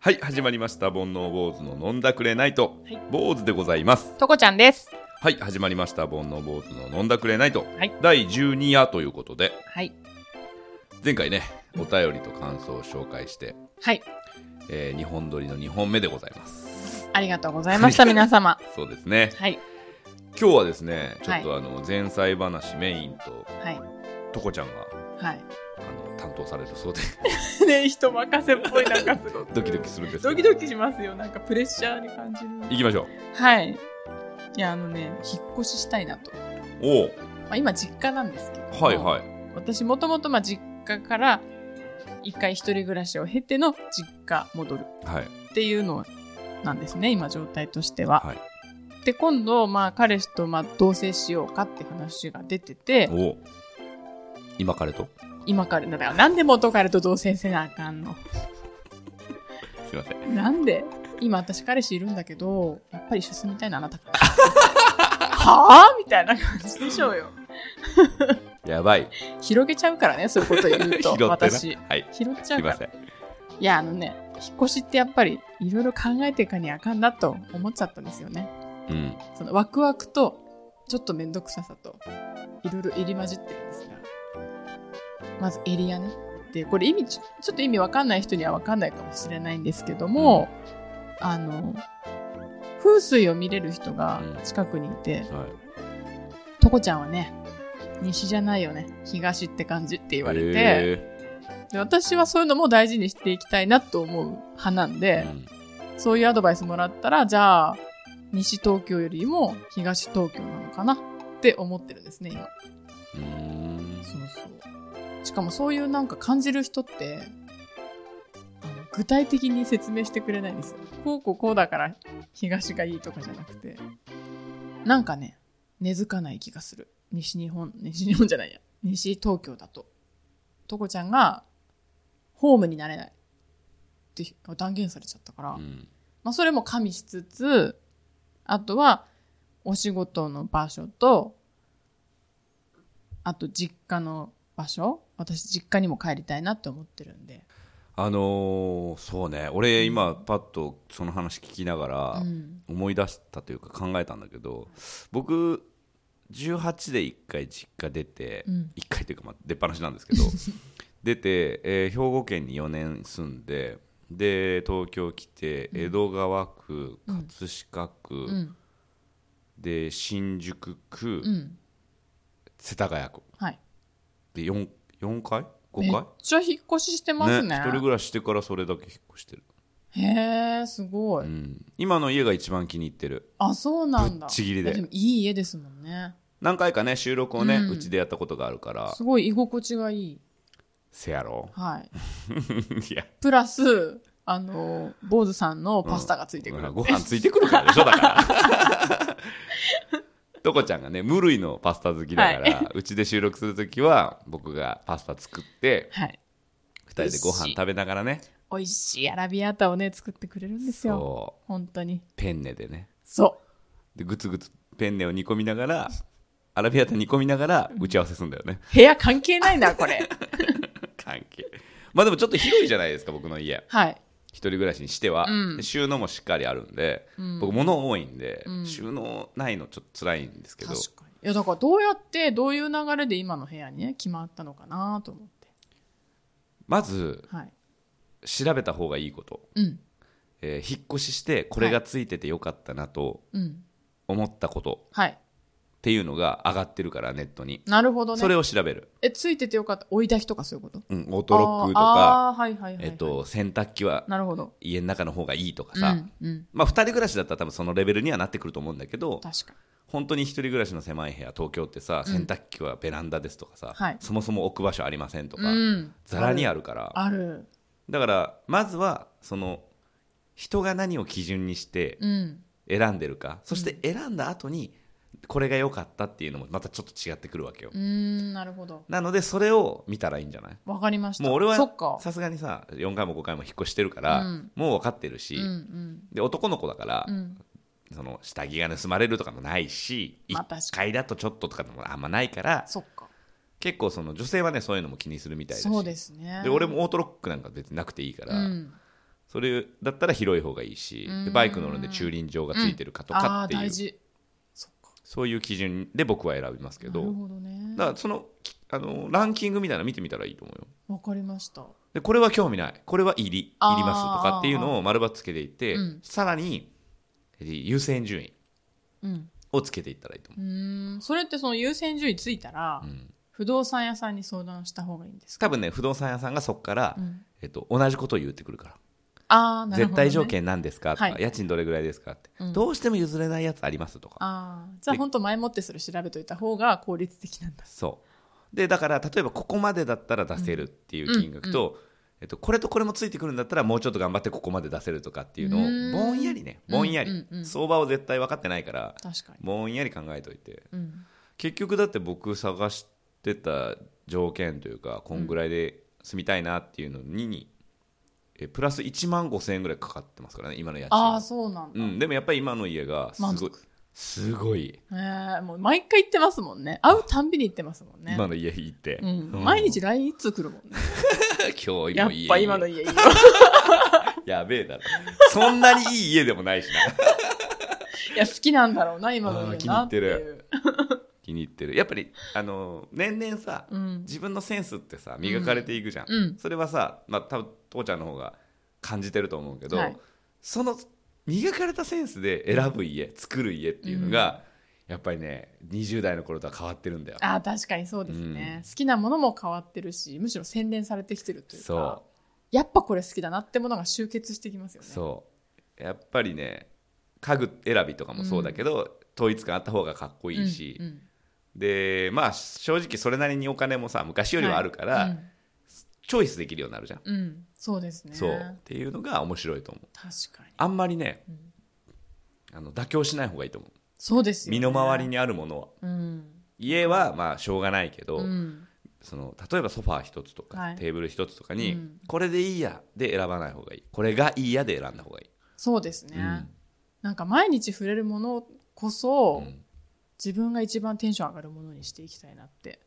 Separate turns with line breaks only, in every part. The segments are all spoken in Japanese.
はい始まりました「煩悩坊主の飲んだくれないと」
はい
坊主でございます
とこちゃんです。
はい始まりました「煩悩坊主の飲んだくれないと」
はい
第12夜ということで
はい。
前回ねお便りと感想を紹介して、
はい。
え2本撮りの2本目でございます
ありがとうございました、皆様。
そうですね
はい。
今日はですねちょっと
は
あの前菜話メインと
はい。
とこちゃんが
はい。
あの担当されるそうで
ね、人任せっぽい、なんかすごい。
ドキドキするんですけど
ドキドキしますよ。なんかプレッシャーに感じる。
行きましょう
はい。いや、あのね、引っ越ししたいなと。
おお
まあ、今、実家なんですけど。
はいはい
私、もともと、まあ、実家から、一回一人暮らしを経ての実家戻る
はい
っていうのなんですね、今、状態としては。
はい
で、今度、まあ、彼氏と、まあ、同棲しようかって話が出てて、
おお今彼と
今から、だからなんで元彼と同棲せなあかんの
すいません
なんで今私彼氏いるんだけど、やっぱり一緒に住みたいな あなたと。はあみたいな感じでしょうよ。
やばい
広げちゃうからね、そういうこと言う
拾
と
って、な
私。
はい
拾っち
す
ゃ
いう
か
ま
ら。
せん
いや、あのね、引っ越しってやっぱりいろいろ考えていかにあかんなと思っちゃったんですよね。
うん
そのワクワクと、ちょっとめんどくささと、いろいろ入り混じってるんですが。まずエリアね。で、これ意味ちょ、ちょっと意味わかんない人にはわかんないかもしれないんですけども、あの、風水を見れる人が
うん
近くにいて、
はい
とこちゃんはね、西じゃないよね。東って感じって言われて、
へ
で私はそういうのも大事にしていきたいなと思う派なんで、
ーうん
そういうアドバイスもらったら、じゃあ、西東京よりも東東京なのかなって思ってるんですね、今。
うーん
そうそう。しかもそういうなんか感じる人って、あの具体的に説明してくれないんですよ。こうこうこうだから東がいいとかじゃなくて、なんかね、根付かない気がする。西日本、西日本じゃないや。西東京だと。とこちゃんが、ホームになれない。って断言されちゃったから、
うん
まあ、それも加味しつつ、あとは、お仕事の場所と、あと、実家の場所。私、実家にも帰りたいなって思ってるんで。
あのーそうね俺今パッとその話聞きながら
うん
思い出したというか考えたんだけど僕18で1回実家出て、
うん
1回というかまあ出っ放しなんですけ ど出て、えー兵庫県に4年住んでで東京来て江戸川区、葛飾区、
うん。
で新宿区、
うん。
世田谷区
はい。
で 4, 4回 ?5
めっ
回
ちゃ引っ越ししてますね。
一人暮らししてからそれだけ引っ越してる、
へえ、すごい。
うん、今の家が一番気に入ってる
あ、そうなんだ。
ぶっちぎりで
いやでも、いい家ですもんね。
何回かね収録をね
うん
うち、でやったことがあるから
すごい居心地がいい。
せやろ
はい。
いや
プラス、あの、坊主さんのパスタがついてくる。
ご飯ついてくるからでしょだから とこちゃんがね無類のパスタ好きだから、うちで収録する時は僕がパスタ作って
はい。
2人でご飯食べながらね
美味しいアラビアータをね、作ってくれるんですよ。
そ
本当に。
うペンネでね
そ
でグツグツペンネを煮込みながらアラビアータ煮込みながら打ち合わせするんだよ ね
う。部屋関係ないな、これ。
関係まあでもちょっと広いじゃないですか僕の家
はい。
一人暮らしにしては、
うん
で収納もしっかりあるんで、
うん
僕物多いんで、
うん
収納ないのちょっと辛いんですけど
確かに。いや、だからどうやって、どういう流れで今の部屋にね、決まったのかなと思って。
まず
はい。
調べた方がいいこと、
うん。
えー引っ越ししてこれがついててよかったなと
うん。
思ったこと
はい。
っていうのが上がってるからネットに、
なるほどね。
それを調べる、
え、ついててよかった。追い出しとかそういうこと
うん、オートロックとか、
あーあー、はいはいはい、はい。
えっ、と、洗濯機は
なるほど。
家の中の方がいいとかさ、
うん。うん。
まあ2人暮らしだったら多分そのレベルにはなってくると思うんだけど
確かに。
本当に一人暮らしの狭い部屋東京ってさ
うん
洗濯機はベランダですとかさ、
はい
そもそも置く場所ありませんとか、
うん。
ざらに
ある。
あるから
ある。
だからまずはその人が何を基準にして
うん。
選んでるか、そして選んだ後にこれが良かったっていうのもまたちょっと違ってくるわけよ、
うーん、なるほど。
なのでそれを見たらいいんじゃない
わかりました。
もう俺は
そっか。
さすがにさ4回も5回も引っ越してるから、
うん
もう分かってるし、
うんうん。
で男の子だから、
うん。
その下着が盗まれるとかもないし
まあ
1階だとちょっととかでもあんまないから
そっか。
結構その女性はねそういうのも気にするみたいだし
そうですね。
で俺もオートロックなんか別になくていいか
う
ら、
ん、
それだったら広い方がいいし
うん
でバイク乗るんで駐輪場がついてるかとか
あ
っ
あ
て
ー
いう
大事。そっか。
そういう基準で僕は選びますけど
なるほどね。
だからそのきあのランキングみたいなの見てみたらいいと思うよ
わかりました。
でこれは興味ないこれは入り
あー
入りますとかっていうのを丸バツつけていって、
うん
さらにえ優先順位
うん。
をつけていったらいいと思
うーん。それってその優先順位ついたら、
う、うん
不動産屋さんに相談した方がいいんですか、
多分ね不動産屋さんがそこから、
うん、
えっと、同じことを言ってくるから
ああ、なるほ
絶
ど、ね。
対条。件なんですかとか、
はい
家賃どれぐらいですかって、
うん
どうしても譲れないやつありますとか
ああ、じゃあ
で
本当前もってそれ調べといた方が効率的なんだ。
そうでだから例えばここまでだったら出せるっていう金額と、えっと、これとこれもついてくるんだったらもうちょっと頑張ってここまで出せるとかっていうの
うーん
をぼんやりねぼんやり、
うんうんうん
相場を絶対分かってないから
確かに。
ぼんやり考えといて
うん。
結局だって僕探してた条件というかこんぐらいで住みたいなっていうのに、えプラス1万5000円ぐらいかかってますからね今の家賃
ああ、そうなんだ。
うん、でもやっぱり今の家がす
満
ごい
足
すごい、
えー、もう毎回行ってますもんね。会うたんびに行ってますもんね。
今の家行って、
うん
う。ん
毎日 LINE 一通来るもんね。
今日
やっ
家
ぱ今の家いいよ。
やべえだろそんなにいい家でもないしな
いや、好きなんだろうな、今の
あー
家
気に入
な
っ
ってて
る
いう。
気に入ってるやっぱりあの年々さ、
うん。
自分のセンスってさ磨かれていくじゃん、
うん
それはさ、まあ、多分父ちゃんの方が感じてると思うけど、
はい
その磨かれたセンスで選ぶ家、作る家っていうのが、やっぱりね20代の頃とは変わってるんだよ
ああ、確かにそうですね、好きなものも変わってるし、むしろ洗練されてきてるというか。
そう
やっぱこれ好きだなってものが集結してきますよね。
そうやっぱりね家具選びとかもそうだけど、統一感あった方がかっこいいし、
うんうん
でまあ正直それなりにお金もさ昔よりはあるから、
はいうん
チョイスできるようになるじゃん、
うん、そうですね。
そうっていうのが面白いと思う
確かに。
あんまりね、
うん
あの妥協しない方がいいと思う
そうですよ、ね。
身の回り。にあるものは
うん。
家はまあしょうがないけど、
うん。
その例えばソファー一つとか、
はい
テーブル一つとかに、
うん
これでいいやで選ばない方がいいこれがいいやで選んだ方がいい、
そうですね、
うん
なんか毎日触れるものこそ、
うん
自分が一番テンション上がるものにしていきたいなって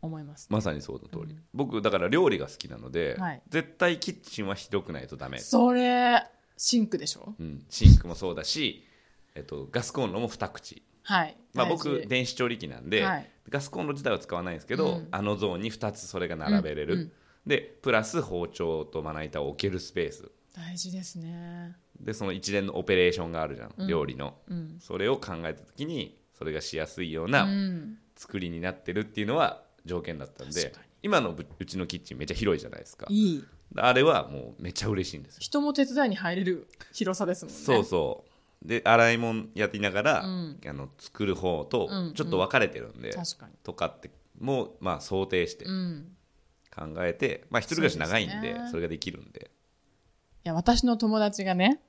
思います、
まさにそうの通り、僕だから料理が好きなので、
はい
絶対キッチンはひどくないとダメ、
それ、シンクでしょ
うん、シンクもそうだし、えっと、ガスコンロも2口、
はい。
まあ、
大事
僕電子調理器なんで、
はい
ガスコンロ自体は使わないんですけど、
うん
あのゾーンに2つそれが並べれる、
うんうん
でプラス包丁とまな板を置けるスペース
大事ですね。
でその一連のオペレーションがあるじゃん、
うん
料理の
うん。
それを考えた時にそれがしやすいよう
う、
なん作りになってるっていうのは条件だったんで
確かに
今のぶうちのキッチンめっちゃ広いじゃないですか
いい。
あれはもうめっちゃ嬉しいんですよ
人も手伝いに入れる広さですもんね。
そうそうで洗い物やりながら、
うん
あの作る方と
うん
ちょっと分かれてるんで、
確かに。
とかってもう、まあ、想定して
うん。
考えて、まあ一人暮らし長いん
そう
で
で
そ
すね
れができるんで
いや、私の友達がね、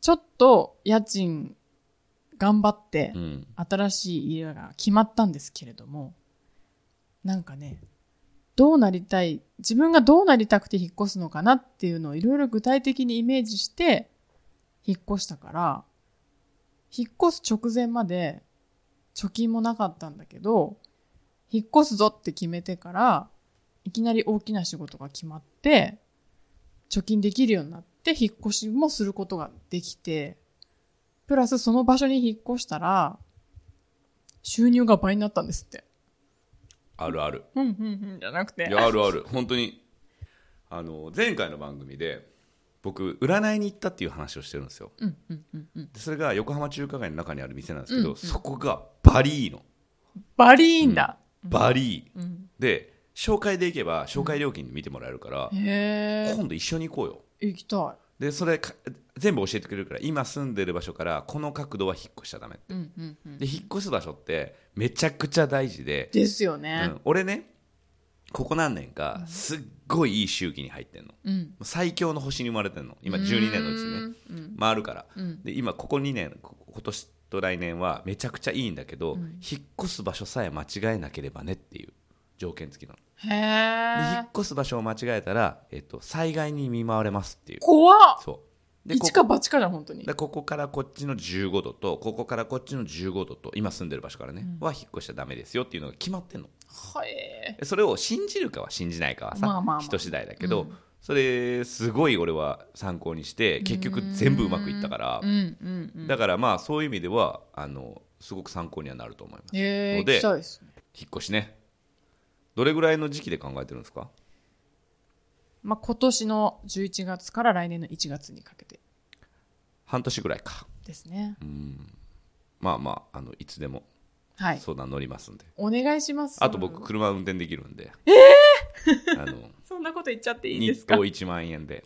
ちょっと家賃頑張って
う、ん
新しい家が決まったんですけれども、なんかね、どうなりたい、自分がどうなりたくて引っ越すのかなっていうのをいろいろ具体的にイメージして引っ越したから、引っ越す直前まで貯金もなかったんだけど、引っ越すぞって決めてから、いきなり大きな仕事が決まって、貯金できるようになって、引っ越しもすることができて、プラスその場所に引っ越したら、収入が倍になったんですって。
あるある
うんうんうんじゃなくて
い。やあるある本当にあの前回の番組で僕占いに行ったっていう話をしてるんですよ
うんうんうんうん。
でそれが横浜中華街の中にある店なんですけど、
うんうん
そこがバリーの
バリーンだ。
バリー、
うん。
で紹介で行けば紹介料金で見てもらえるから、
へえ。
今度一緒に行こうよ
行きた
でそれか全部教えてくれるから今住んでる場所からこの角度は引っ越しちゃダメ
い。うんうんうん。
で引っ越す場所ってめちゃくちゃ大事で、
ですよ
う
ね。
ん、俺ねここ何年かすっごいいい周期に入ってんのも
うん。
う最強の星に生まれてんの今12年のうちにね
うん。うん。
回るから
うん。
で今ここ2年こ今年と来年はめちゃくちゃいいんだけど、
うん
引っ越す場所さえ間違えなければねっていう条件付きなの
へ
で引
え
っ。越す場所を間違えたら、えっと、災害に見舞われますっていう
怖っ
そうでこ
一か八かじゃん本当に
でここからこっちの15度とここからこっちの15度と今住んでる場所からね、
うん
は引っ越しちゃダメですよっていうのが決まってんの
はえ
それを信じるかは信じないかはさ、
まあまあまあ
人次第だけど、
うん
それすごい俺は参考にして結局全部うまくいったから
うんうんうん
だからまあそういう意味ではあのすごく参考にはなると思います
えー、
ので
行きたいですね
引っ越しねどれぐらいの時期で考えてるんですか
まあ、今年の11月から来年の1月にかけて
半年ぐらいか
ですね
まあまああのいつでも
はい
相談乗りますんで、
お願いします
あと僕車運転できるんであの
そんなこと言っちゃ っていいで
日
すか
当1万円で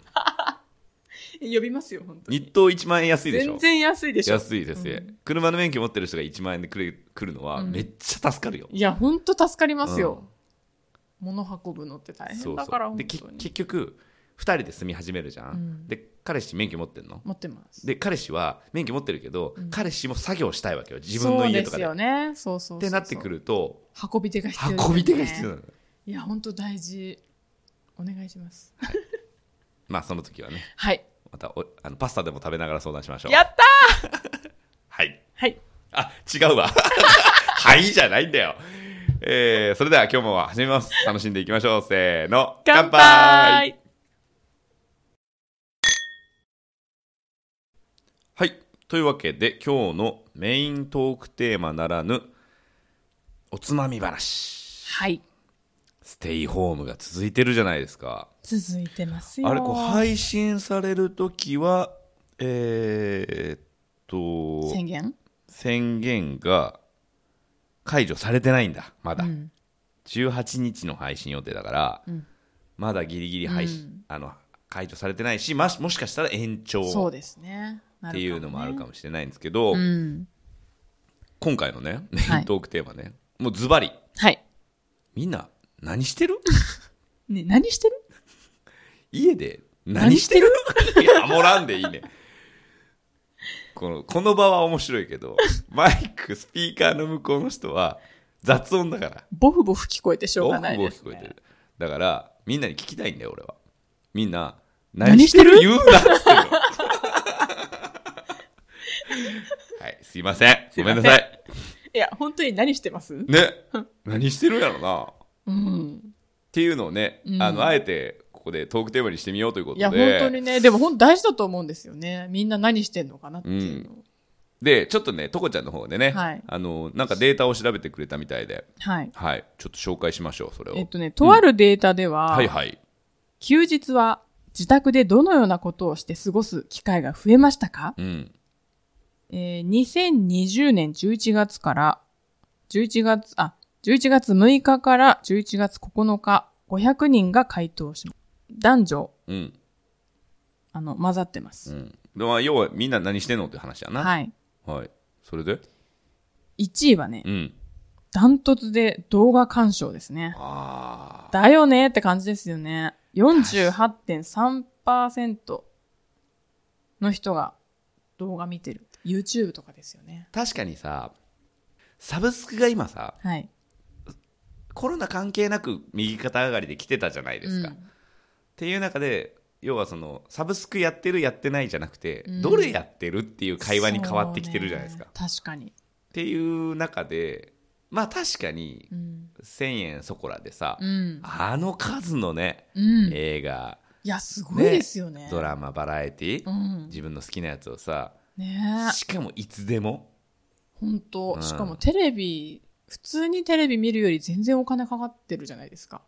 呼びますよ本当に
日当1万円安いでしょ
全然安いでしょ
安いですね、
うん
車の免許持ってる人が1万円で来る来るのは
うん
めっちゃ助かるよ、
いや本当助かりますよ、物運ぶのって大
そ
変
うそ
だ
う
から本
で
当
き
に
結局2人で住み始めるじゃん、
うん
で彼氏免許持ってんの
持ってます
で彼氏は免許持ってるけど、
うん
彼氏も作業したいわけよ自分の家とかで
そうですよねそうそうそうそう
ってなってくると
運び手が必要ですね
運び手が必要なの、
いや本当大事お願い します
まあその時はね
はい
またおあのパスタでも食べながら相談しましょう
やった
はい
はい
あ違うわ はいじゃないんだよえー、それでは今日も始めます楽しんでいきましょうせーの
乾杯
はい。というわけで、今日のメイントークテーマならぬ、おつまみ話。
はい
ステイホームが続いてるじゃないですか。
続いてますよ
あれ、こう、配信されるときは、えーっと、
宣言
宣言が解除されてないんだ、まだ。
うん
18日の配信予定だから、
うん
まだギリギリ配信、
うん
あの、解除されてないし、まし、もしかしたら延長
そう
っ
ですねって
いうのもあるかもしれないんですけど、
うん
今回のねメ
はい
イントークテーマね、もうズバリ
はい
みんな何して る
ね何してる
家で何してる いやもらんでいいねこのこの場は面白い けどマイクスピーカーの向こうの人は雑音だから
ボフボフ聞こえてしょうがない
ボ
で
フ
す、
ボフ聞こ
ね、
えてるだからみんなに聞きたいんだよ俺はみんな
何してる
言うなっつってんの はいすいませんごめんなさい
いや本当に何してます、
ね何してるんやろな
うん
っていうのをね、
うん
あのあえてここでトークテーマにしてみようということ
い
で
や本当にねでも本当大事だと思うんですよねみんな何してんのかなっていうの、
でちょっとねとこちゃんの方でね、
はい
あのなんかデータを調べてくれたみたいで、
はい
はい、ちょっと紹介しましょうそれを、
えっとねとあるデータでは、
はいはい
休日は自宅でどのようなことをして過ごす機会が増えましたか、
うん
えー2020年11月から、11月、あ、11月6日から11月9日、500人が回答します。男女、
うん
あの、混ざってま
う
す。
んでまあ要はみんな何してんのって話やなは
はい。
い、それで
1位はね
う、ん
ダントツで動画鑑賞ですね。
ああ
だよねって感じですよね。48.3%の人が動画見てる。YouTube とかですよね。
確かにさサブスクが今さ
はい。
コロナ関係なく右肩上がりで来てたじゃないですか、
うん
っていう中で要はそのサブスクやってるやってないじゃなくて、
うん
どれやってるっていう会話に変わってきてるじゃないですか、
そうね確かに。
っていう中でまあ確かに
うん。
1,000円そこらでさ、
うん。
あの数のね、
うん。
映画
いや、すごいですよね。
ドラマバラエティ、
うん。
自分の好きなやつをさ
ねえ。
しかもいつでも
ほん
う
と。
ん
しかもテレビ、普通にテレビ見るより全然お金かかってるじゃないですか。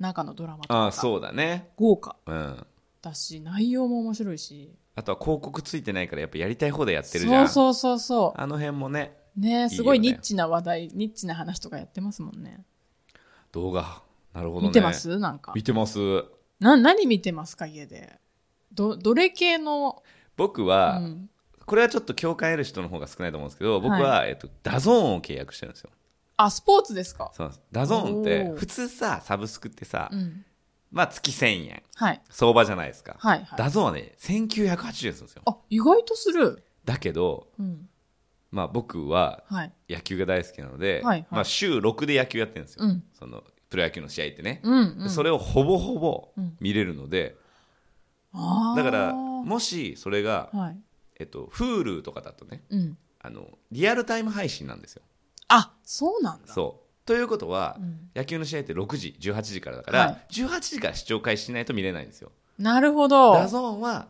中のドラマとか。
ああそうだね
豪華
うん
だし、内容も面白いし。
あとは広告ついてないからやっぱやりたい方でやってるじゃ
そうんそうそうそ
あの辺もね
う。ね
いい
え、
よね
すごいニッチな話題、ニッチな話とかやってますもんね。
動画なるほどね
見てますなんか
見。てます
な、何見てますか家で。ど、どれ系の、
僕
う
は、
ん。
これはちょっと共感得る人の方が少ないと思うんですけど僕は、えっと、ダゾーンを契約してるんですよ
あ、スポーツですか
そうなんですダゾーンって
おー
普通さサブスクってさ、
うん。
まあ月1000円
はい。
相場じゃないですか、
はい、はい。
ダゾーンはね1980円するんですよ
あ、意外とする。
だけど、
うん。
まあ、僕は
はい。
野球が大好きなので、
はいはい
まあ、週6で野球やってるんですよ、
うん。
そのプロ野球の試合ってね、
うん、うん。
それをほぼほぼ見れるので、だ
だ
から
あ
もしそれが
あ。、はい。
えっと、Hulu とかだとね
うん。
あのリアルタイム配信なんですよ。
あ、そうなんだ。
そうということは、
うん
野球の試合って6時18時からだから、
は
18時から視聴開始しないと見れないんですよ。
なるほど。
ダ
は
ゾーンは、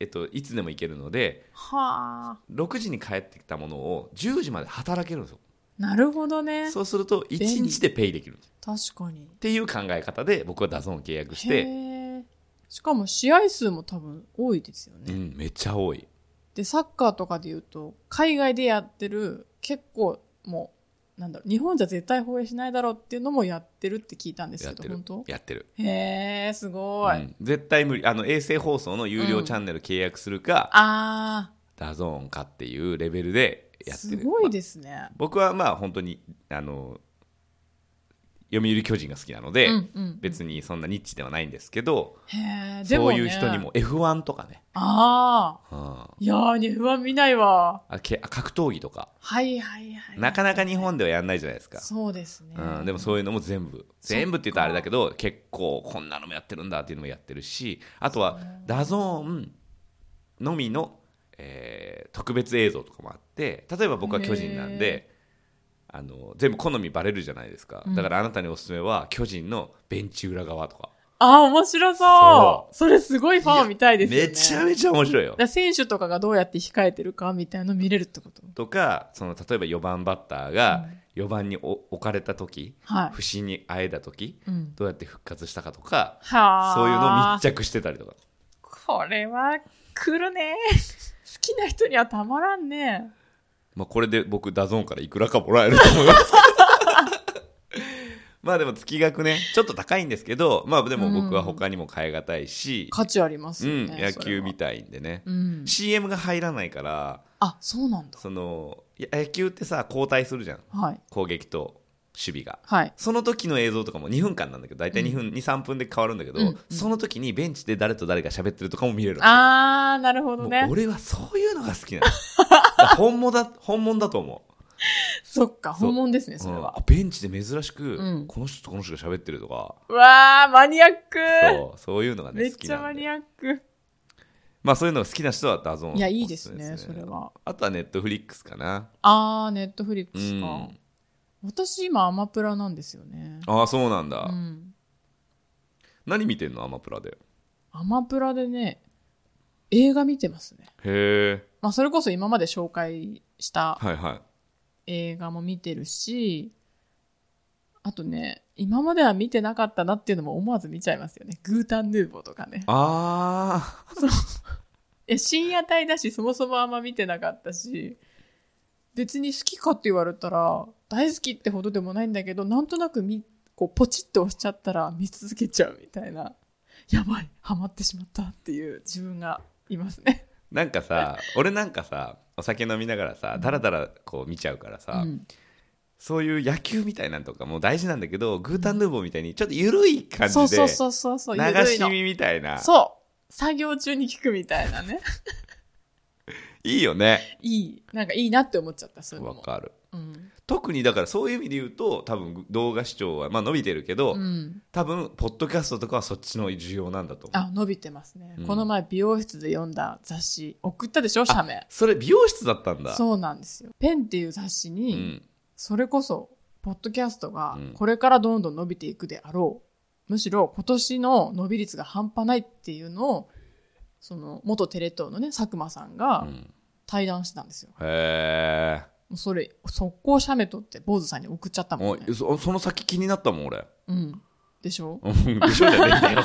えっと、いつでも行けるので
あ。
6時に帰ってきたものを10時まで働けるんですよ。
なるほどね。
そうすると1日でペイできるんです
確かに
っ。ていう考え方で僕はダゾーンを契約し
へ
て、
ーしかも試合数も多分多いですよ
う
ね。
ん、めっちゃ多い。
で、サッカーとかで言うと、海外でやってる、結構もう、なんだろう、日本じゃ絶対放映しないだろうっていうのもやってるって聞いたんです
やって
けど、
る
本当
やってる、
へーすご
う
い。
ん絶対無理あの衛星放送の有料チャンネル契約するか、
あ
ダゾーンかっていうレベルで
ー、
やって
す
る
ごいですね。
僕はまあ本当にあの読売巨人が好きなので、
うんうん、
別にそんなニッチではないんですけど、
へーで
そ
も、
う
ね、
いう人に。も F1 とかね、
あ
うん
ー、いやー、ね、不安見ないわ。
あけ格闘技とか
はいはいはい。
なかなか日
で
本ではやんないじゃないですか、
そうですね。
うん、でもそういうのも全部全部って言ったらあれだけど結構こんなのもやってるんだっていうのもやってるしあとはダゾーンのみの、えー特別映像とかもあって例えば僕は巨人なんであの全部好みバレるじゃないですか
うん
だからあなたにおすすめは巨人のベンチ裏側とか、
ああ、面白
そ
そう。それすごいファンみたいですよね。
めちゃ
だか
めちゃ面白いよ
ら選手とかがどうやって控えてるかみたいの見れるってこと。
とかその例えば4番バッターが4番にお置かれた時
は
不審に会えた時
い。うん。
どうやって復活したかとか
はあ。
そういうの
ゃ。
密着してたりとか
これは来る ね。好きな人にはたまらんね。
まあ、これで僕ダゾーンからいくらかもらえると思います まあでも月額ねちょっと高いんですけどまあでも僕は他にも買い難いし、
価値あります
う
よね
ん。野球み
た
たいんでね、
うん。
CM が入らないから
あ、そうなんだ。
そのいや野球ってさ交代するじゃん
はい。
攻撃と守備が
はい。
その時の映像とかも2分間なんだけど大体2分、23分で変わるんだけど、
うんうん
その時にベンチで誰と誰が喋ってるとかも見れる
あー、なるほど
もう
ね。
俺はそういうのが好きなのだから本物だ本物だと思う
そっか、
そう
本物ですね、それ
うん
は。
あベンチで珍しく、
うん
この人とこの人が喋ってるとか、
うわー、マニアック
そうそういうのがね
めっ
好き
ちゃ
な
マ
ん
ニ
で、
アック。
まあ、そういうのが好きな人はダゾーン
いや、いいですね、
おすす
そ
め
れは。
あとはネットフリックスかな
あー、ネットフリック
う
スか。
ん
私今アマプラなんですよね。
ああそうなんだ、
うん。
何見てんのアマプラでへ
アマプラでね、映画見てますね。
え
まあそれこそ今まで紹介した
はいはい
映画も見てるし、あとね、今までは見てなかったなっていうのも思わず見ちゃいますよね。グータンヌーボーとかね。
ああ
いや深夜帯だし、そもそもあんま見てなかったし、別に好きかって言われたら、大好きってほどでもないんだけど、なんとなくみ、こう、ポチッと押しちゃったら見続けちゃうみたいな、やばい、ハマってしまったっていう自分がいますね。
なんかさ俺なんかさお酒飲みながらさだらだらこう見ちゃうから
う
さ、
ん
そういう野球みたいなんとかも大事なんだけどグータンヌーボーみたいにちょっと緩い感じ
そう
で
そうそうそうそう、ゆ
流
るい
し
の。
耳みたいな
そう。作業中に聞くみたいなね。
いいよね
いい、なんかいいなって思っちゃった、そういうの
わ
も。
かる
うん。
特にだからそういう意味で言うと多分動画視聴はまあ伸びてるけど、
うん。
多分ポッドキャストとかはそっちの需要なんだと思う
あ、伸びてますね。
うん
この前、美容室で読んだ雑誌、送ったでしょ、写メ。
それ美容室だったんだう、
そうなんですよ。ペンっていう雑誌に、
ん、
それこそ、ポッドキャストが
うん
これからどんどん伸びていくであろう。むしろ今年の伸び率が半端ないっていうのを、その、元テレ東のね、佐久間さん
う
が
ん
対談したんですよ。
へえ
もうそれ、速攻写メ撮って坊主さんに送っちゃったもんね。
そその先気になったもん俺
うん。でしょ
うん美容じゃねえんだ よ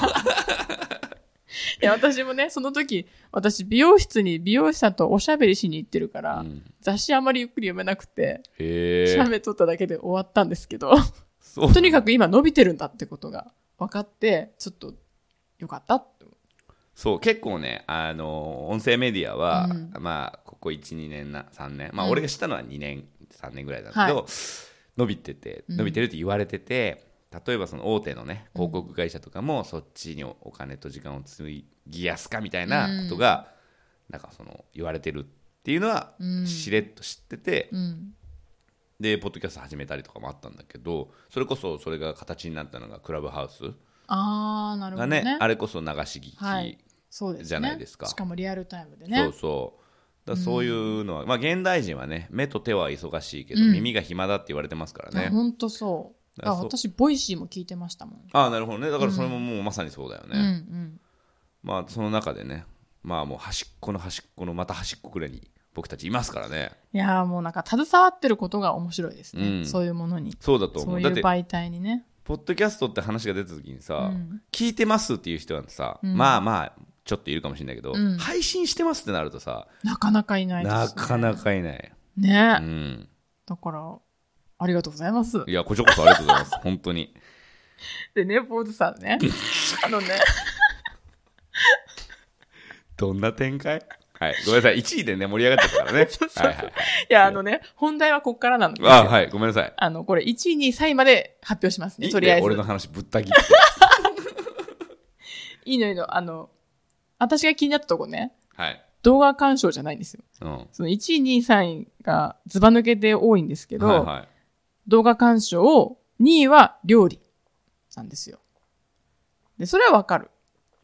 いや、私もね、その時、私美容室に美容師さんとおしゃべりしに行ってるから、
うん
雑誌あまりゆっくり読めなくて、
へ
写
え
メ撮っただけで終わったんですけど。
そう
とにかく今伸びてるんだってことが分かって、ちょっとよかったって思う
そう結構ねあの音声メディアは、
うん
まあここ12年な3年まあ、
うん
俺が知ったのは2年3年ぐらいだけど、伸びてて
うん
伸びてるって言われてて、例えばその大手のね広告会社とかもそっちにお金と時間をつぎやすかみたいなことが、なんかその言われてるっていうのは
うん
しれっと知ってて、
うん。
でポッドキャスト始めたりとかもあったんだけどそれこそそれが形になったのがクラブハウス
あー、なるほ
が
ど
ね
ね。
あれこそ流し聞き、
はいそうですね
じゃないですか
しかもリアルタイムでね
そうそうだからそういうのは、まあ現代人はね目と手は忙しいけど、
うん
耳が暇だって言われてますから
あ
ね
ほんとそう
だから
あ
そう
私ボイシーも聞いてましたもん、
ああなるほどねだからそれももうまさにそうだよね、
うんうん
まあその中でねまあもう端っこの端っこのまた端っこくらいに僕たちいますからね
いやーもうなんか携わってることが面白いですね、
うん
そういうものに
そうだと思
そうういう
だって
媒体にね
ポッドキャストって話が出た時にさ、
うん
聞いてますっていう人はさ、
うん
まあまあちょっといるかもしれないけど、
うん
配信してますってなるとさ
なかなかいないです、ね、
なかなかいない、
ね、
うん、
だからありがとうございます
いやこちらこそありがとうございます本当に
でね坊主さんね あのね
どんな展開はいごめんなさい1位でね盛り上がっちゃった からね
そうそうそう
はいはい
いやあのね本題はこっからなんですよ
あはいごめんなさい
あのこれ1位2位3位まで発表します
い
ね
いん
と
だ
り
よ
あえず
俺の話ぶった切って
いいのいいのあの私が気になったとこね
はい、
動画鑑賞じゃないんですよ
うん、
その1位2位3位がずば抜けて多いんですけど、
はいはい
動画鑑賞を2位は料理なんですよでそれはわかる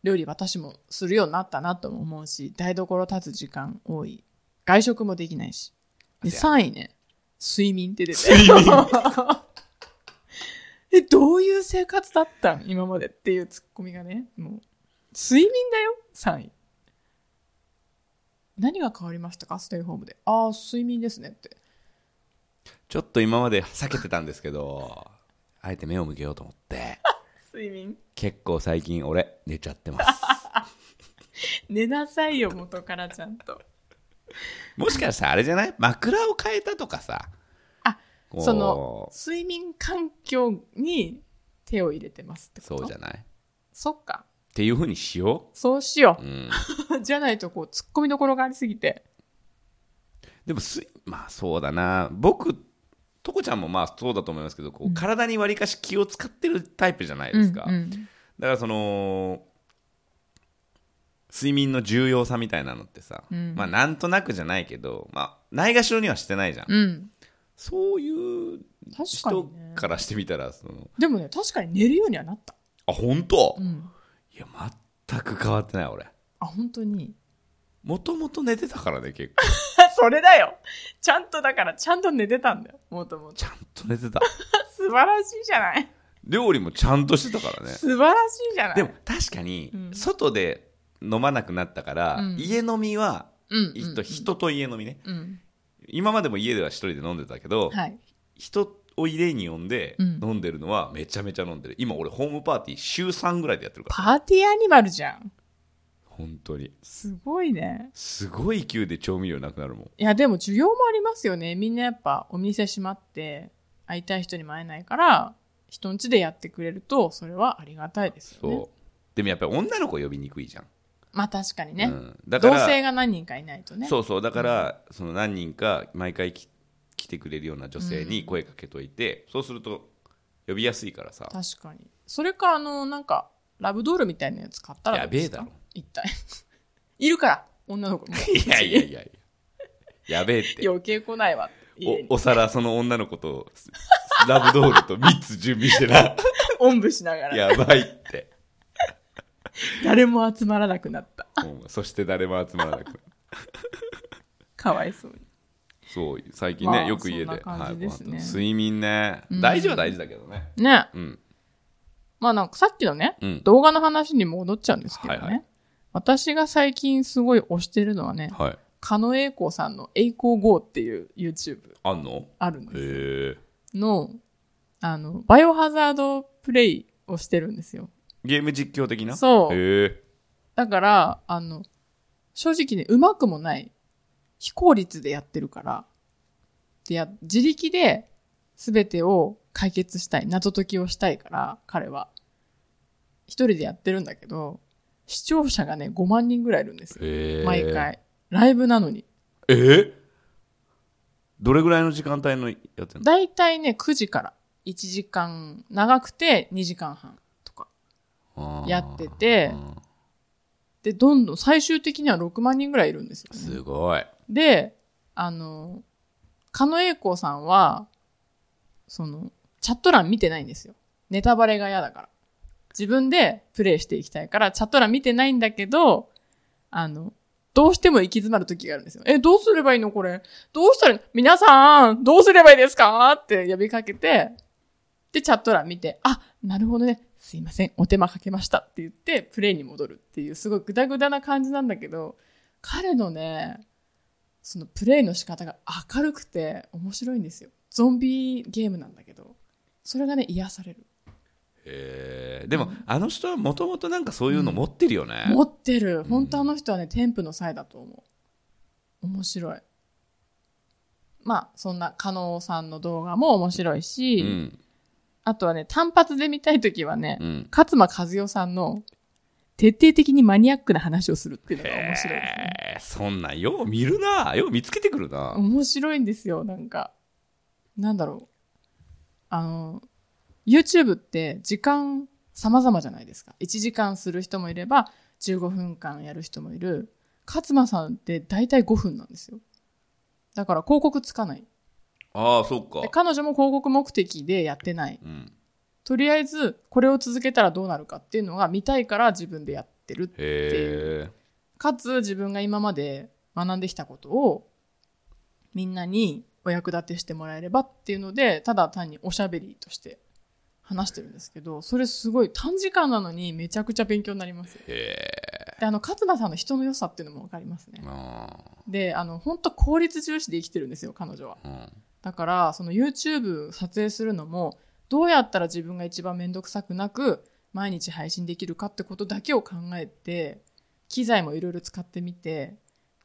料理私もするようになったなとも思うし台所立つ時間多い外食もできないしで
せや
3位ね睡眠って出てる えどういう生活だったん今までっていうツッコミがねもう睡眠だよ3位何が変わりましたかステイホームでああ睡眠ですねって
ちょっと今まで避けてたんですけどあえて目を向けようと思って
睡眠
結構最近俺寝ちゃって ます
寝なさいよ元からちゃんと
もしかしたらあれじゃない枕を変えたとかさ
あ
こう
その睡眠環境に手を入れてますってこと
そうじ
ゃ
ゃないっ
そっか
ていうふうにしよ
そうしよ
う、うん、
うじゃないとこう突っ込みどころがありすぎて
でもすまあそうだな僕とこちゃんもまあそうだと思いますけどこう、
うん
体にわりかし気を使ってるタイプじゃないですか、
うんうん
だからその睡眠の重要さみたいなのってさ、
うん
まあなんとなくじゃないけどまあないがしろにはしてないじゃん、
うん
そういう
確か
人
にね
からしてみたらその
でもね確かに寝るようにはなった、
あ本当、
うん、
いや全く変わってない俺
あ本当に
もともと寝てたからね結構
それだよちゃんとだからちゃんと寝てたんだよもともと
ちゃんと寝てた
素晴らしいじゃない、
料理もちゃんとしてたからね
素晴らしいじゃない
でも確かに
うん
外で飲まなくなったから、
うん
家飲みは、
うんうん、
人人と家飲みね
うん
今までも家では一人で飲んでたけど、
はい
人を家に呼んで
うん
飲んでるのはめちゃめちゃ飲んでる今俺ホームパーティー週3ぐらいでやってるから
パーティーアニマルじゃん
本当に
すごいね
すごい勢いで調味料なくなるもん
いや、でも需要もありますよね。みんなやっぱお店閉まって、会いたい人にも会えないから、人ん家でやってくれると、それはありがたいです
そ
よ
う、
ね。
でもやっぱり女の子呼びにくいじゃん、
まあ確かにね。
うん、だか
同
ら
性が何人かいないとね。
そうそうだから、その何人か毎回き来てくれるような女性に声かけといて、そうすると呼びやすいからさ
確かに。それか、あの、なんか、ラブドールみたいなやつ買ったらどうですか
やべえだろ。
一体。 いるから、女の子 も。
いやいやいやいややべえって
余計来ないわって。家に
おお皿その女の子とすラブドールと3つ準備して な
おんぶしながら。
やばいって
誰も集まらなくなった。
もうそして誰も集まらなくなる
かわいそうに。
そう最近ね、
まあ
よく家で
そんな感じですね
はいご飯と睡眠ね、
うん
大事は大事だけどね
ね。
うん
まあなんかさっきのね、
うん
動画の話に戻っちゃうんですけどね、
はいは
私が最近すごい推してるのはね、
はい
狩野英孝さんの栄光 GO っていう YouTube
あんの
あるんですよ
へえ
の、あの、バイオハザードプレイをしてるんですよ。
ゲーム実況的な
そう
へえ
だから、あの、正直ね、うまくもない。非効率でやってるから。でや、自力で全てを解決したい。謎解きをしたいから、彼は。一人でやってるんだけど、視聴者がね、5万人ぐらいいるんですよ。
へえ
毎回。ライブなのに。
えーどれぐらいの時間帯のやってんの
だいたいね、9時から。1時間、長くて2時間半とか。
あー
やってて
うん
で、どんどん最終的には6万人ぐらいいるんですよ、ね。
すごい
で、あの、狩野英孝さんは、その、チャット欄見てないんですよ。ネタバレが嫌だから。自分でプレイしていきたいから、チャット欄見てないんだけど、あの、どうしても行き詰まる時があるんですよ。え、どうすればいいのこれ。どうしたら、皆さん、どうすればいいですかって呼びかけて、で、チャット欄見て、あ、なるほどね。すいません。お手間かけましたって言って、プレイに戻るっていう、すごいグダグダな感じなんだけど、彼のね、そのプレイの仕方が明るくて面白いんですよ。ゾンビゲームなんだけど、それがね、癒される。
えーでも、あの人はもともとなんかそういうの持ってるよね、
持ってる。本当あの人はね、添付の際だと思う。面白い。まあ、そんな、加納さんの動画も面白いし、
うん
あとはね、単発で見たいときはね、
うん
勝間和代さんの徹底的にマニアックな話をするっていうのが面白いですね。
えーそんなんよう見るなよう見つけてくるな、
面白いんですよ、なんか。なんだろう。あの、YouTube って時間様々じゃないですか。1時間する人もいれば、15分間やる人もいる。勝間さんって大体5分なんですよ。だから広告つかない。
ああそっか
で彼女も広告目的でやってない。
うん、
とりあえず、これを続けたらどうなるかっていうのが見たいから自分でやってる
へえ
かつ自分が今まで学んできたことをみんなにお役立てしてもらえればっていうのでただ単におしゃべりとして話してるんですけどそれすごい短時間なのにめちゃくちゃ勉強になりますよであの勝間さんの人の良さっていうのも分かりますね
あ
であの本当効率重視で生きてるんですよ彼女は
ーうん
だからその YouTube 撮影するのもどうやったら自分が一番面倒くさくなく毎日配信できるかってことだけを考えて機材もいろいろ使ってみて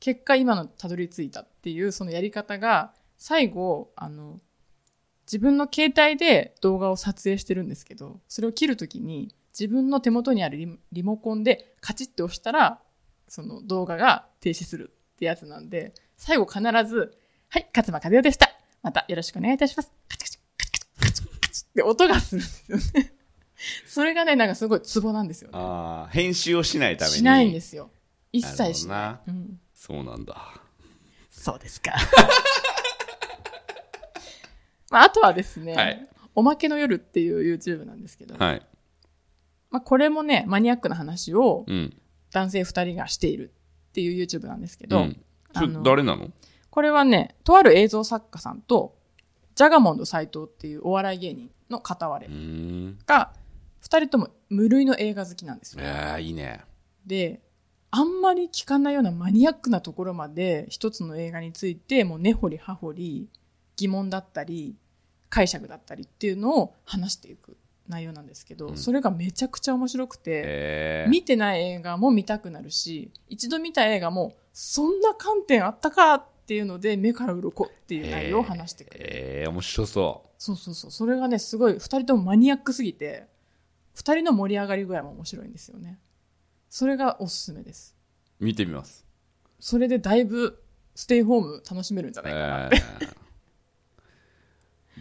結果今のたどり着いたっていうそのやり方が最後あの自分の携帯で動画を撮影してるんですけどそれを切るときに自分の手元にあるリモリモコンでカチッて押したらその動画が停止するってやつなんで最後必ず「はい勝間和代でしたまたよろしくお願いいたします」カチカチカチカチカチカチって音がするんですよねそれがねなんかすごいツボなんですよね
あー編集をしないために
しないんですすよ一切しない
なるほど
うん
そうなんだ
そうですか。 まあ、あとはですね、
はい
おまけの夜っていう YouTube なんですけど、
はい
まあ、これもね、マニアックな話を
うん
男性二人がしているっていう YouTube なんですけ
う
ど、
んそ
あ
れ
の
誰なの
これはね、とある映像作家さんと、ジャガモンド斎藤っていうお笑い芸人の片割
う
れ
ーん
が、二人とも無類の映画好きなんですよ。
ああいいね
で、あんまり聞かないようなマニアックなところまで一つの映画についてもう根掘り葉掘り疑問だったり解釈だったりっていうのを話していく内容なんですけど、
うん
それがめちゃくちゃ面白くて、
へえ
見てない映画も見たくなるし一度見た映画もそんな観点あったかっていうので目から鱗っていう内容を話してくれる、
えー面白そ
そうそうそうそれがねすごい2人ともマニアックすぎて2人の盛り上がり具合も面白いんですよねそれがおすすめです
う見てみます
それでだいぶステイホーム楽しめるんじゃないかなって。
えー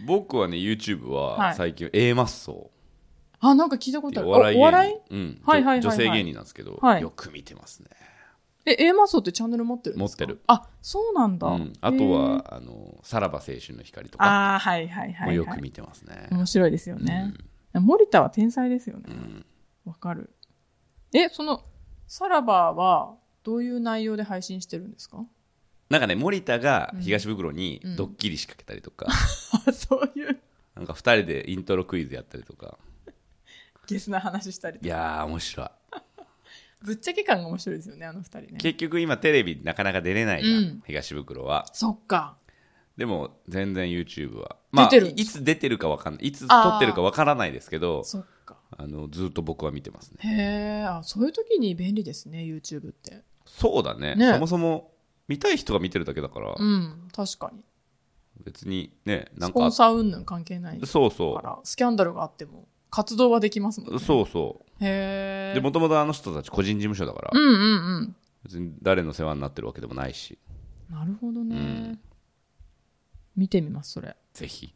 僕はね YouTube
は
はい最近 A マッソ
あ、なんか聞いたこ
って
と
い
あ
う
る。
お笑い芸人
お笑い
うん
はいはいはいはい
女性芸人なんですけど
はい
よく見てますね
え、A マッソってチャンネル持ってるんですか
持ってる。
あ、そうなんだ。
うんあとはあのさらば青春の光と
へー。
か
ああ、はいはいはい、
も
はい。
よく見てますね
面白いですよね。森田は天才ですよね
う。ん
わかる。え、その、さらばは、どういう内容で配信してるんですか
なんかね森田が東袋にドッキリ仕掛けたりとか、
あそういう、
なんか2人でイントロクイズやったりとか
ゲスな話したり
い。やー面白い
ぶっちゃけ感が面白いですよね、あの二人ね。
結局今テレビなかなか出れないじゃん、
うん
東袋は
そっか。
でも全然 YouTube はまあ
出てるんで
いつ出てるかわかんないいつ撮ってるかわからないですけど
そっか。
あのずっと僕は見てますね
へえ、あ、そういう時に便利ですね、YouTube って。
そうだね
ね
そもそも見たい人が見てるだけだから、
うん、確かに。
別にねな
ス
ん
ポ
か
ンサー云々関係ないか
そうそ
ら、スキャンダルがあっても活動はできますもん
う
ね。
そうそう
へえ。
でもともとあの人たち個人事務所だから、
うんうんうん。
別に誰の世話になってるわけでもないし
なるほどね。
うん
見てみます、それ。
ぜひ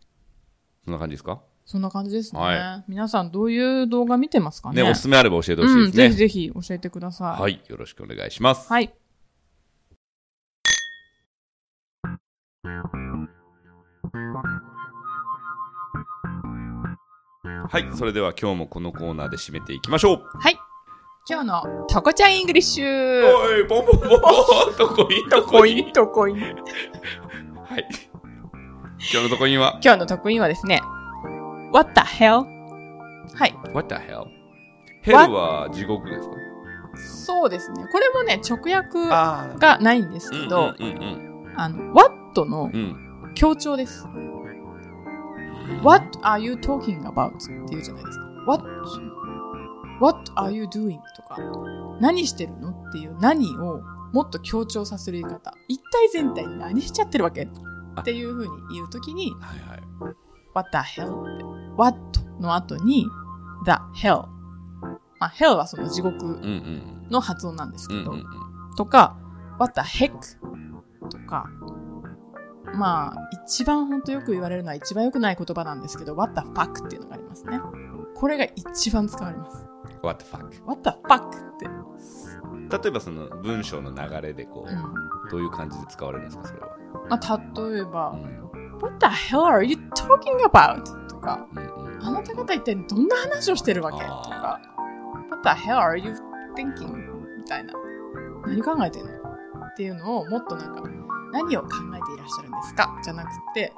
そんな感じですか
そんな感じですね。
は
皆さん、どういう動画見てますか
ね
ね
おすすめあれば教えてほし
う
いで
ん、
すね、
ぜひぜひ教えてください。
はいよろしくお願いします
はい。
はい、それでは今日もこのコーナーで締めていきましょう
はい。今日のとこちゃんイングリッシュ
おい、ポンポン ポンポン、とこい、とこ
コイン
い。
とコイン。
はい。今日のとこいんは、
今日の特訓はですね、What the hell? はい。
What the hell? ヘルは地獄ですか
そうですね。これもね、直訳
あ
がないんです
う
け
ん
ど、
うんうん
あの、What の
うんうん。
強調です。What are you talking about? っていうじゃないですか。What, What are you doing? とか、何してるのっていう何をもっと強調させる言い方。一体全体何しちゃってるわけっていう風に言うときに、
はいはい。
What the hell? って What の後に The hell。まあ、hell はその地獄
うんうん。
の発音なんです
う
け
んう
ど、
ん
とか、What the heck? とか、まあ、一番本当よく言われるのは一番良くない言葉なんですけど、What the fuck っていうのがありますね。これが一番使われます。
うん。What the fuck?
What the fuck って。
例えばその文章の流れでこ
う
う、
ん。
どういう感じで使われるんですか、それは。
まあ、例えば
う、ん
What the hell are you talking about? とか、
うんうん
あなた方一体どんな話をしてるわけとか、What the hell are you thinking? みたいな。何考えてんのっていうのをもっとなんか、何を考えていらっしゃるんですかじゃなくて、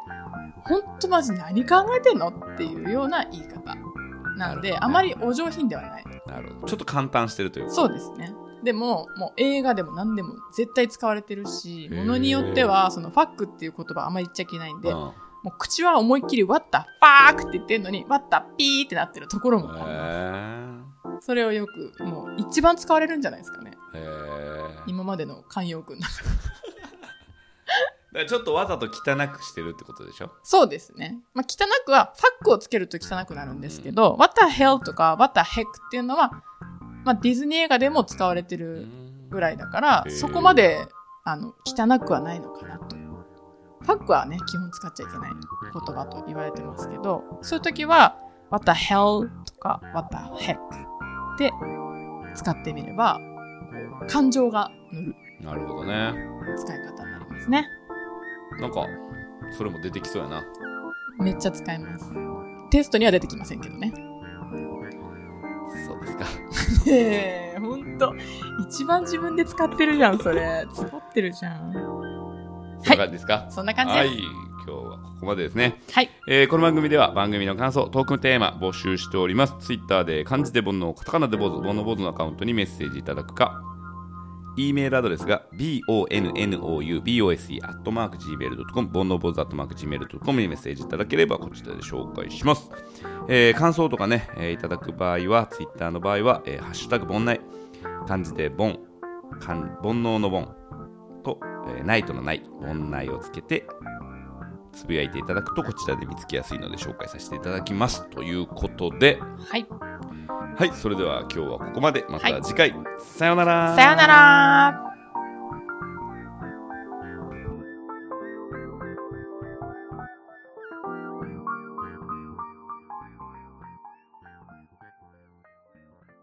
ほんとマジ何考えてんのっていうような言い方。なんで、
なるほどね
あまりお上品ではない。
なるほど。ちょっと簡単してるというか。
そうですね。でも、もう映画でも何でも絶対使われてるし、
へー
ものによっては、そのファックっていう言葉あんまり言っちゃいけないんで、
うん
もう口は思いっきり What the fuck って言ってんのに、What the ピーってなってるところもあります。
へ
それをよくもう一番使われるんじゃないですかね
え。へ
今までの慣用句の 中で
え。ちょっとわざと汚くしてるってことでしょ
そうですね、まあ、汚くはファックをつけると汚くなるんですけど、What the hell とか What the heck っていうのは、まあ、ディズニー映画でも使われてるぐらいだから
へー
そこまであの汚くはないのかなとファックはね基本使っちゃいけない言葉と言われてますけどそういう時は What the hell とか What the heck で使ってみればこう感情が乗る
なるほどね。
使い方になりますね
なんか、それも出てきそうやな。
めっちゃ使いますテストには出てきませんけどね
そうですか。
ええほんと一番自分で使ってるじゃんそれつぼってるじゃん
そんな感じですか
そんな感じ
は
で
い。今日はここまでですね。
すはい、
えーこの番組では番組の感想、トークテーマ募集しております。ツイッターで漢字で煩悩、カタカナで坊主、煩悩坊主のアカウントにメッセージいただくか、E メールアドレスが bonoubose.gmail.com、煩悩坊主 .gmail.com にメッセージいただければこちらで紹介します。えー感想とかね、えーいただく場合は、ツイッターの場合は、えーハッシュタグ煩内、漢字で煩、漢煩悩の煩と、えーナイトのない、煩内をつけて、つぶやいていただくとこちらで見つけやすいので紹介させていただきますということで
はい、
はいそれでは今日はここまでま
は
た
い
次回、さようなら
さよなら